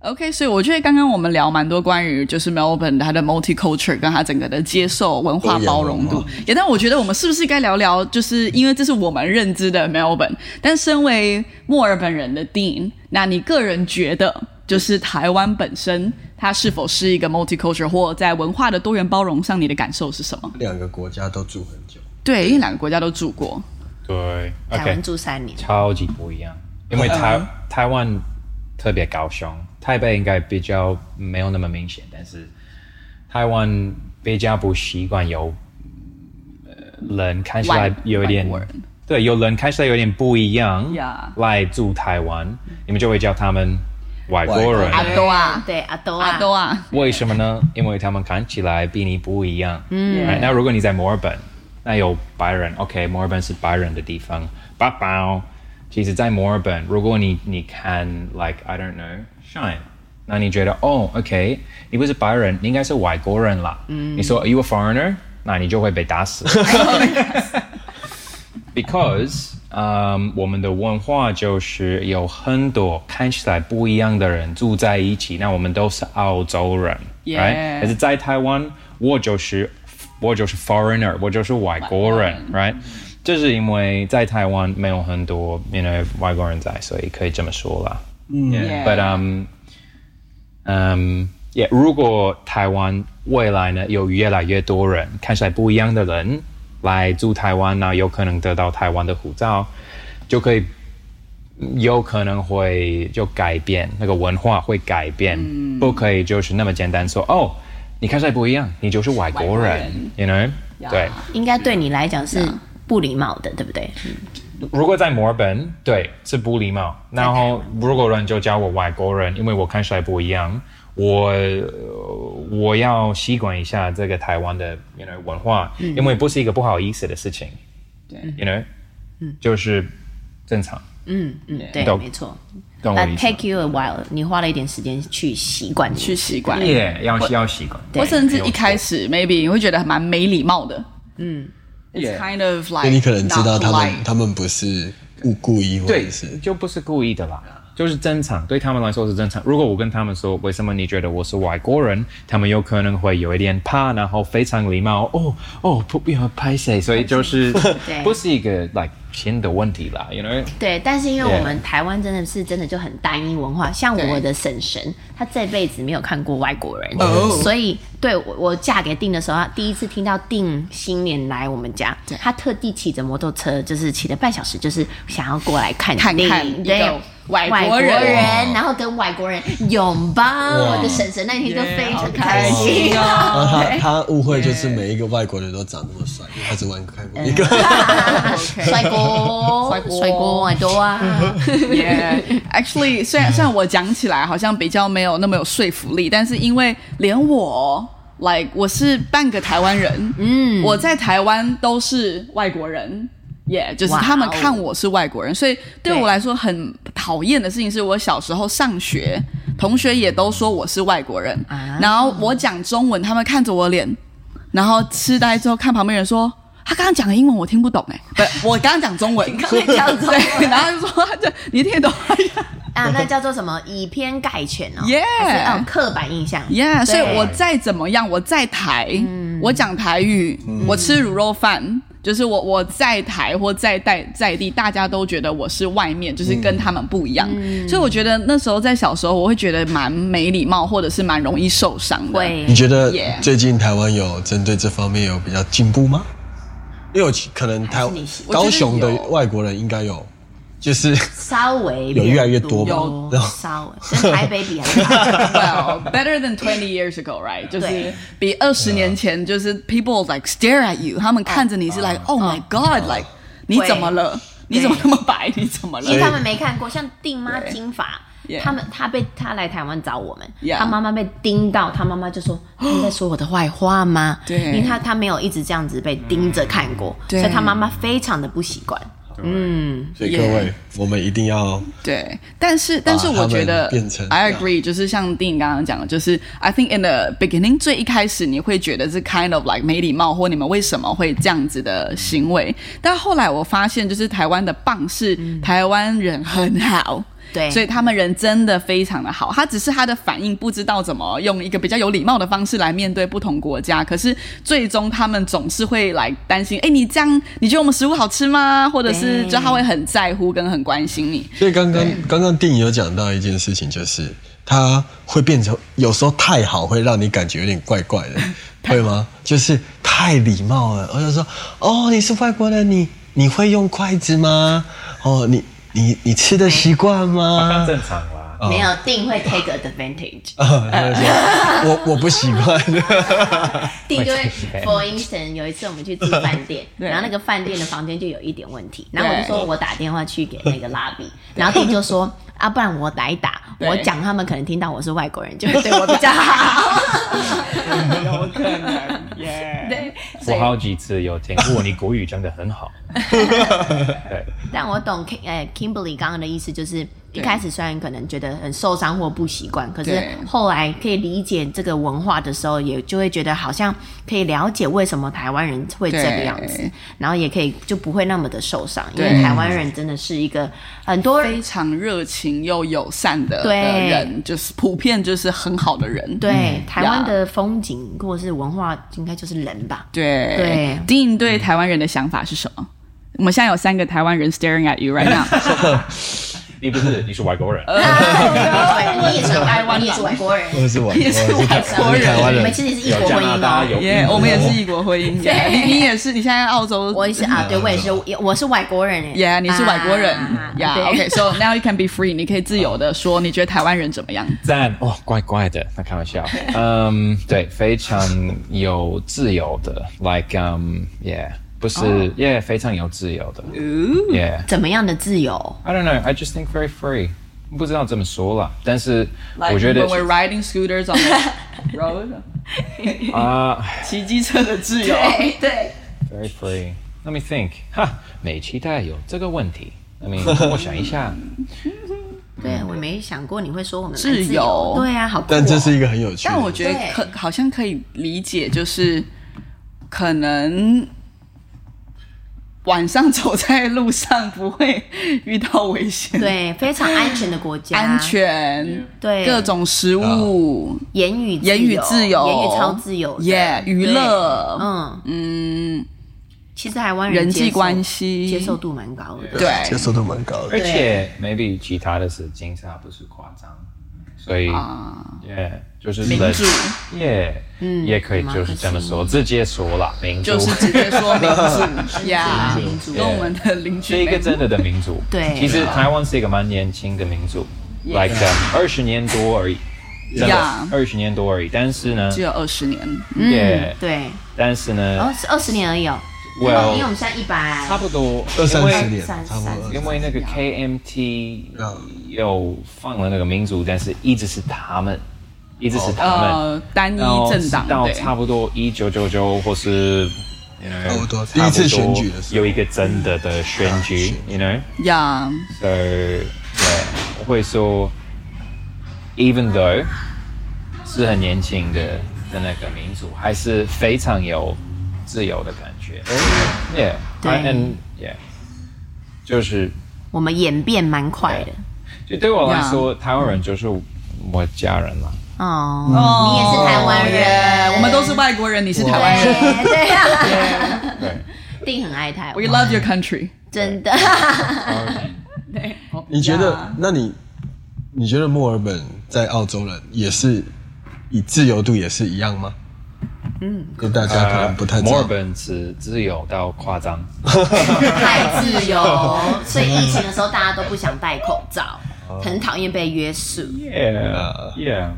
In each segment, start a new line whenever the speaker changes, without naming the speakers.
OK，所以我觉得刚刚我们聊蛮多关于就是 Melbourne 它的 multiculture 跟它整个的接受文化包容
多元
度
文，
也但我觉得我们是不是该聊聊，就是因为这是我们认知的 Melbourne，但身为墨尔本人的 Dean，那你个人觉得就是台湾本身它是否是一个 multiculture，或在文化的多元包容上，你的感受是什么？
两个国家都住很久，
对，因为两个国家都住过，
对
台
，OK，
湾住三年，
超级不一样，因为台、台湾特别高雄，台北应该比较没有那么明显，但是台湾比较不习惯有呃人看起来
外
有一点
外国人
对，有人看起来有点不一样
Yeah
来住台湾，你们就会叫他们外国人。
阿多啊，
对阿多
阿
啊，
多啊，
为什么呢？因为他们看起来比你不一样。嗯
Yeah
那如果你在墨尔本，那有白人，OK，墨尔本是白人的地方。包包，其实，在墨尔本，如果你你看，like I don't know，shine，那你觉得哦，OK，你不是白人，你应该是外国人啦。嗯，你说 Are you a foreigner？那你就会被打死。Because，嗯、我们的文化就是有很多看起来不一样的人住在一起，那我们都是澳洲人
Yeah
right？可是在台湾，我就是我就是 foreigner，我就是外国人，right？这是因为在台湾没有很多 you know 外国人在，所以可以这么说啦。嗯
Yeah
，But um，嗯，也如果台湾未来呢有越来越多人看起来不一样的人来住台湾呢，有可能得到台湾的护照，就可以有可能会就改变那个文化会改变，不可以就是那么简单说哦，你看起来不一样，你就是外国人
外
，you know，
呀
对。
应该对你来讲是
嗯
不礼貌的，对不对？
如果在墨尔本，对，是不礼貌。然后如果人就叫我外国人，因为我看起来不一样，我呃我要习惯一下这个台湾的 you know 文化，因为不是一个不好意思的事情
嗯对嗯
，you know，就是正常，
嗯嗯，对
懂，
没错。
懂我
啊
But
意思吗
take you a while，你花了一点时间去习惯你
去习惯。
？Yeah，要要习惯。
我甚至一开始 maybe 你会觉得蛮没礼貌的，嗯，It's
Yeah
kind of like
因为你可能知道
not
他
polite
们他们不是故故意或
对
者，是
就不是故意的啦，就是正常，对他们来说是正常。如果我跟他们说为什么你觉得我是外国人，他们有可能会有一点怕，然后非常礼貌，哦哦，不不要拍谁，所以就是
对
不是一个 like 新的问题啦，you know。
对，但是因为
Yeah
我们台湾真的是真的就很单一文化，像
对
我的婶婶，她这辈子没有看过外国人
哦
所以对我我嫁给定的时候，她第一次听到定新年来我们家，她特地骑着摩托车，就是骑了半小时，就是想要过来看
看
定
看一个
对。
外
外
国
国
人
人，然后跟外国人拥抱，我的婶婶那天就
Yeah，
非
好
常
开
开
心
心
哦
哦。
啊，他他误会就是每一个外国人都长那么帅，因为他只玩看过一个。
嗯
帅哥，
帅哥
帅哥，很多啊，
Yeah，actually，虽
嗯
然虽然我讲起来好像比较没有那么有说服力，但是因为连我，like 我是半个台湾人，嗯，我在台湾都是外国人。耶、就是
哇哦
他们看我是外国人所以对
对
我来说很讨厌的事情是我小时候上学，同学也都说我是外国人，
啊
然后我讲中文，他们看着我脸，然后痴呆之后看旁边人说。他刚刚讲的英文我听不懂哎、不，我刚刚讲 中文，你刚
刚讲中文
然后他就说他就你听得懂
啊，那叫做什么以偏概全哦
Yeah
还是那种刻板印象
，Yeah，所以
对嗯
我再怎么样，我在台，我讲台语，我吃卤肉饭，就是我我在台或在在在地，大家都觉得我是外面，就是跟他们不一样，
嗯
所以我觉得那时候在小时候，我会觉得蛮没礼貌，或者是蛮容易受伤的。
会
你觉 得
Yeah
最近台湾有针对这方面有比较进步吗？因为我其可能台
还是你喜
我觉得
高雄的
有
外国人应该有，就是
稍微
有越来越多吧
有
然后
稍微 跟台 北比啊还好
well, better than twenty years ago, right？就是比二十年前，就是 people like stare at you，他们看着你
哦
是 like oh my god，like 你怎么了？你怎么那么白？你怎么
因为
了？
他们没看过，像定妈金发
Yeah。
他们他被他来台湾找我们
Yeah
他妈妈被盯到，他妈妈 就说 你在说我的坏话吗？
对嗯
因为他他没有一直这样子被盯着看过，
对
所以他妈妈非常的不习惯。嗯，
所以各位，我们一定要
对，但是但是
把
我觉
他们
得
变成
，I agree，就是像丁你刚刚讲的，就是 I think in the beginning 最一开始你会觉得是 kind of like 没礼貌，或你们为什么会这样子的行为，但后来我发现，就是台湾的棒是、台湾人很好。
嗯对
所以他们人真的非常的好，他只是他的反应不知道怎么用一个比较有礼貌的方式来面对不同国家，可是最终他们总是会来担心，哎，你这样你觉得我们食物好吃吗？或者是
对
就他会很在乎跟很关心你，
所以刚刚刚刚电影有讲到一件事情，就是它会变成有时候太好，会让你感觉有点怪怪的，会吗？就是太礼貌了，我就说哦，你是外国人，你你会用筷子吗？哦，你你你吃的习惯
啊
好像
吗？
正常啦。
哦
没有定会 take advantage，
啊他就说 我我不习惯。
定就会
对
for instance，有一次我们去住饭店，
对
然后那个饭店的房间就有一点问题，然后我就说我打电话去给那个拉比，然后定就说啊，不然我来打，
对
我讲他们可能听到我是外国人，就会对我比较好，
有可能耶。
对，所
我
以
好几次有听过你国语讲的很好，对，
但我懂 Kim 呃 Kimberly 刚刚的意思，就是一
对
开始虽然可能觉得很受伤或不习惯，可是
对
后来可以理解这个文化的时候，也就会觉得好像可以了解为什么台湾人会这个样子
对，
然后也可以就不会那么的受伤，因为
对
台湾人真的是一个很多人
非常热情又友善的的
对
人，就是普遍就是很好的人。
对、台湾
呀
的风景或者是文化，应该就是人 吧。
对
对
丁对台湾人的想法是什么？我们现在有三个台湾人 staring at you right now。
你不是你是外国 人，
对， 你也是外 你也是外国人，
我是我，
也是
我
外国人
我是台湾
你
人
们。其实是异
有
国
加
婚
拿
姻
大
哦。
有
耶、我们也是异国婚姻。耶你你也是，你现在在澳洲。
我 也是啊，对我也是，我是外国人哎。
嗯 Yeah，你是外国人。
啊
yeah,
对
OK. So now you can be free. 你可以自由的说你觉得台湾人怎么样？
赞哇，怪怪的，那开玩 笑。嗯，对，非常有自由的，like um yeah，不是、yeah，非
哦
常有自由的，yeah。
怎么样的自由？
I don't know, I just think very free，不知道怎么说啦，但是我觉得
Like, when we're riding scooters on the road，
啊、
骑机车的自由。
对，
v e r y free。Let me think，哈，美期待有这个问题。I mean，我想一下，
对我没想过你会说我们蛮
嗯自由
自由，对啊，好酷哦、
但这是一个很有趣的，
但我觉得
对
可好像可以理解，就是可能晚上走在路上不会遇到危险，，
对非常安全的国家，
安全，
对
各种食物，
啊
言语
言语自由，
言语超自由的，
耶，娱
对
乐，
嗯，
嗯，
其实台湾
人
接
际
受
关系，
接受度蛮高的，
对，
接受度蛮高的
而。且 maybe 其他的是警察不是夸张，所以、
啊，嗯
yeah，就是
民
人
主
耶，也可以就是这么说，直接说啦，民主
就是直接说民 主呀
民主，
跟我们的邻
是一
居
个真的的民主。
对
其实台湾是一个蛮年轻的民主，like 呃二十年多而已，真的
Yeah 嗯
二十年多而已。但是呢
只有二十年，
嗯，yeah，
对，
但是
然
呢
后是二十年而已哦，
，well，
因为我们现在一百，
差不多
二三
因为
十年，
三
差不多二
因为那个 KMT 又放了那个民主，但是一直是他们，一
哦
直是他们。
呃，单一
然后
政党，
到
对，
差不多一九九九或是。You know,
差不多第一次选举的时候
有一个真的的选举
啊
，you know，
呀。
so 对，我会说，even though 是很年轻的的那个民族，还是非常有自由的感觉，yeah，
对
I- and yeah，就是
我们演变蛮快的，
就对我来
Yeah
说，台湾人就是我家人了。
嗯
哦，
哦
你也是台湾人，
我们都是外国人，你是台湾人。
对对啊，
对，
定很爱台
We
湾，
love your country。
真的，
你觉得？那你你觉得墨尔本在澳洲人也是以自由度也是一样吗？嗯，跟大家可能不太知道
呃墨尔本只自由到夸张，
太自 由，所以疫情的时候大家都
哦
不想戴口罩，很讨厌被约束。
呃
Yeah, yeah.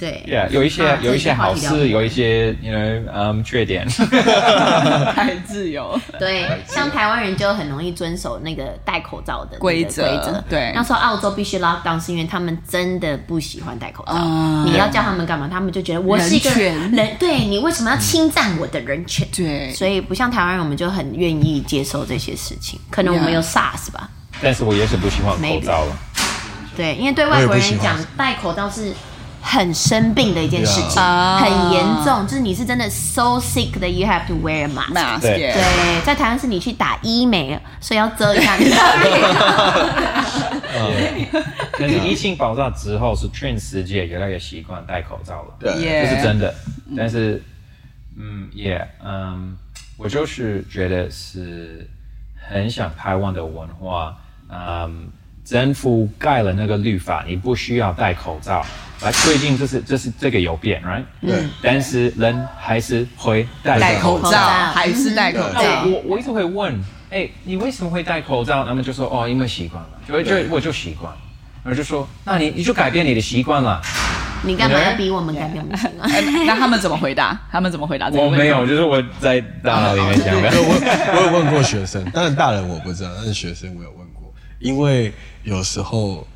对
Yeah，有一些
啊
有一些好
这个话题聊
事，有一些 you know 嗯缺点。
太自由。
对，像台湾人就很容易遵守那个戴口罩的那个
规
规
则
则。
对
那时候澳洲必须 lock down，是因为他们真的不喜欢戴口罩。
啊
你要叫他们干嘛？他们就觉得我是一个
人权
人对你为什么要侵占我的人权？
对
所以不像台湾人，我们就很愿意接受这些事情。可能我们
Yeah
有 SARS 吧
但是我也是不喜欢口罩了。
对，因为对外国
我也
人
不喜欢
讲戴口罩是很生病的一件事情
Yeah
啊
很严重，就是你是真的 so sick that you have to wear a mask。
mask，
对
yeah
对，在台湾是你去打医美，所以要遮一下你的面。
但是疫情爆炸之后，是全世界越来越习惯戴口罩了。
对
这
Yeah
是真的。但是，嗯，也，嗯，我就是觉得是很想台湾的文化，嗯，政府盖了那个律法，你不需要戴口罩。来，最近这是这是这个有变，right？
对
但是人还是会戴
戴
口
口
罩
罩还是戴口
那
罩
我，我我一直会问，哎、你为什么会戴口罩？他们就说哦，因为习惯了，就就
对
我就习惯了。我就说，那你你就改变你的习惯了。
你干嘛要逼我们改变我们习惯？
哎那他们怎么回答？他们怎么回答这个
我
问题？
没有，就是我在大脑里面想的。
我我有问过学生，但是大人我不知道，但是学生我有问过，因为有时候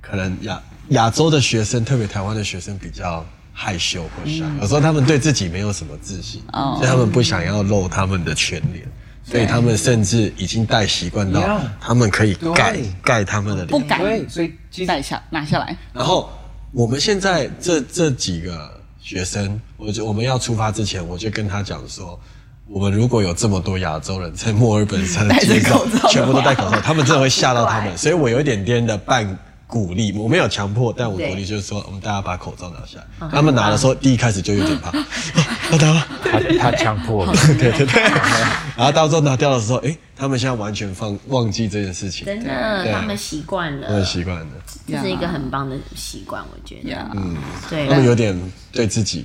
可能亚亚洲的学生，特别台湾的学生比较害羞或shy，有时候他们对自己没有什么自信，
哦
所以他们不想要露他们的全脸。所以他们甚至已经带习惯到
Yeah，
他们可以盖
对
盖他们的
不
脸。
敢
对，所以其实
戴下拿下来，
然后我们现在这这几个学生，我就我们要出发之前，我就跟他讲说，我们如果有这么多亚洲人在墨尔本上的
戴着
街上
口罩的话
全部都戴 口罩，他们真的会吓到他们，所以我有一点点的半。鼓励我没有强迫，但我鼓励就是说，我们大家把口罩拿下来。他们拿的时候，第一开始就有点 怕，要拿吗？
他他强迫的，
对对 对。然后到时候拿掉的时候，诶，他们现在完全放忘记这件事情，
真的，
对
他们习惯
我很
了，
习惯了。
这是一个很棒的习惯，我觉得。
呀，
嗯
对
他，们有点对自己，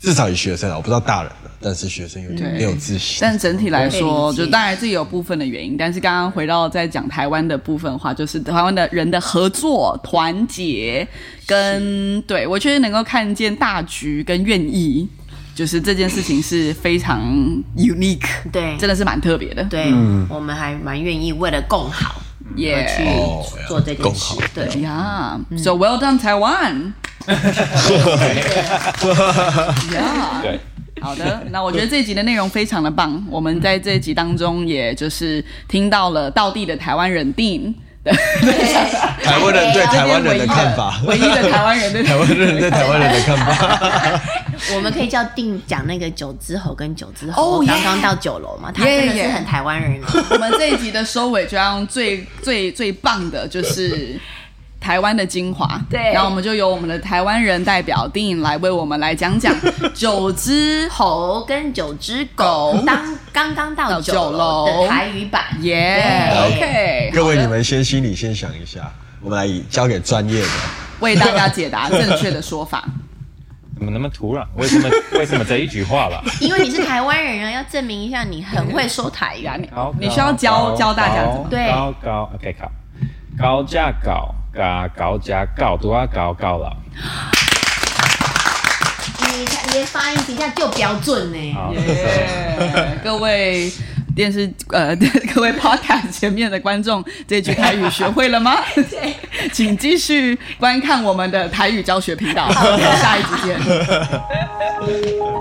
至少以学生啊，我不知道大人了，但是学生有点
对
没有自信。
但整体来说，
我可以理解
就当然自己有部分的原因，但是刚刚回到在讲台湾的部分的话，就是台湾的人的合作、团结跟对我觉得能够看见大局跟愿意，就是这件事情是非常 unique，
对
真的是蛮特别的，
对，
嗯
我们还蛮愿意为了共好而
耶、
去
哦
做这件事
共好。
对，
Yeah, so well done, Taiwan.
对
Yeah，好的，那我觉得这一集的内容非常的棒。我们在这一集当中，也就是听到了道地的台湾人 定的
台湾人对台湾人的看法，
唯一的台湾人对
台湾人对台湾人的看法，
我们可以叫定讲那个九只猴跟九只
哦
猴，我刚
yeah
刚到九楼嘛，他真的
Yeah，yeah
是很台湾人。
我们这一集的收尾就要用最最最棒的，就是台湾的精华。
对
然后我们就由我们的台湾人代表丁颖来为我们来讲 讲九只
猴跟九只狗
狗，
当刚刚到
到
九楼
九楼
的台语版，
耶、
对
o k
各位你们先心里先想一下，我们来以交给专业的。
为大家解答正确的说法。
怎么那么突然？为什么为什么这一句话了？
因为你是台湾人啊，要证明一下你很会说台 语啊。你
高
你需要教
高
教大家
高
怎么
对
高高 OK 高高价高加高价高多啊高高了。
你你发音底下就标准呢。
好，
耶各位电视呃， 各位 podcast 前面的观众，这句台语学会了吗？ 请继续观看我们的台语教学频道，下一集见。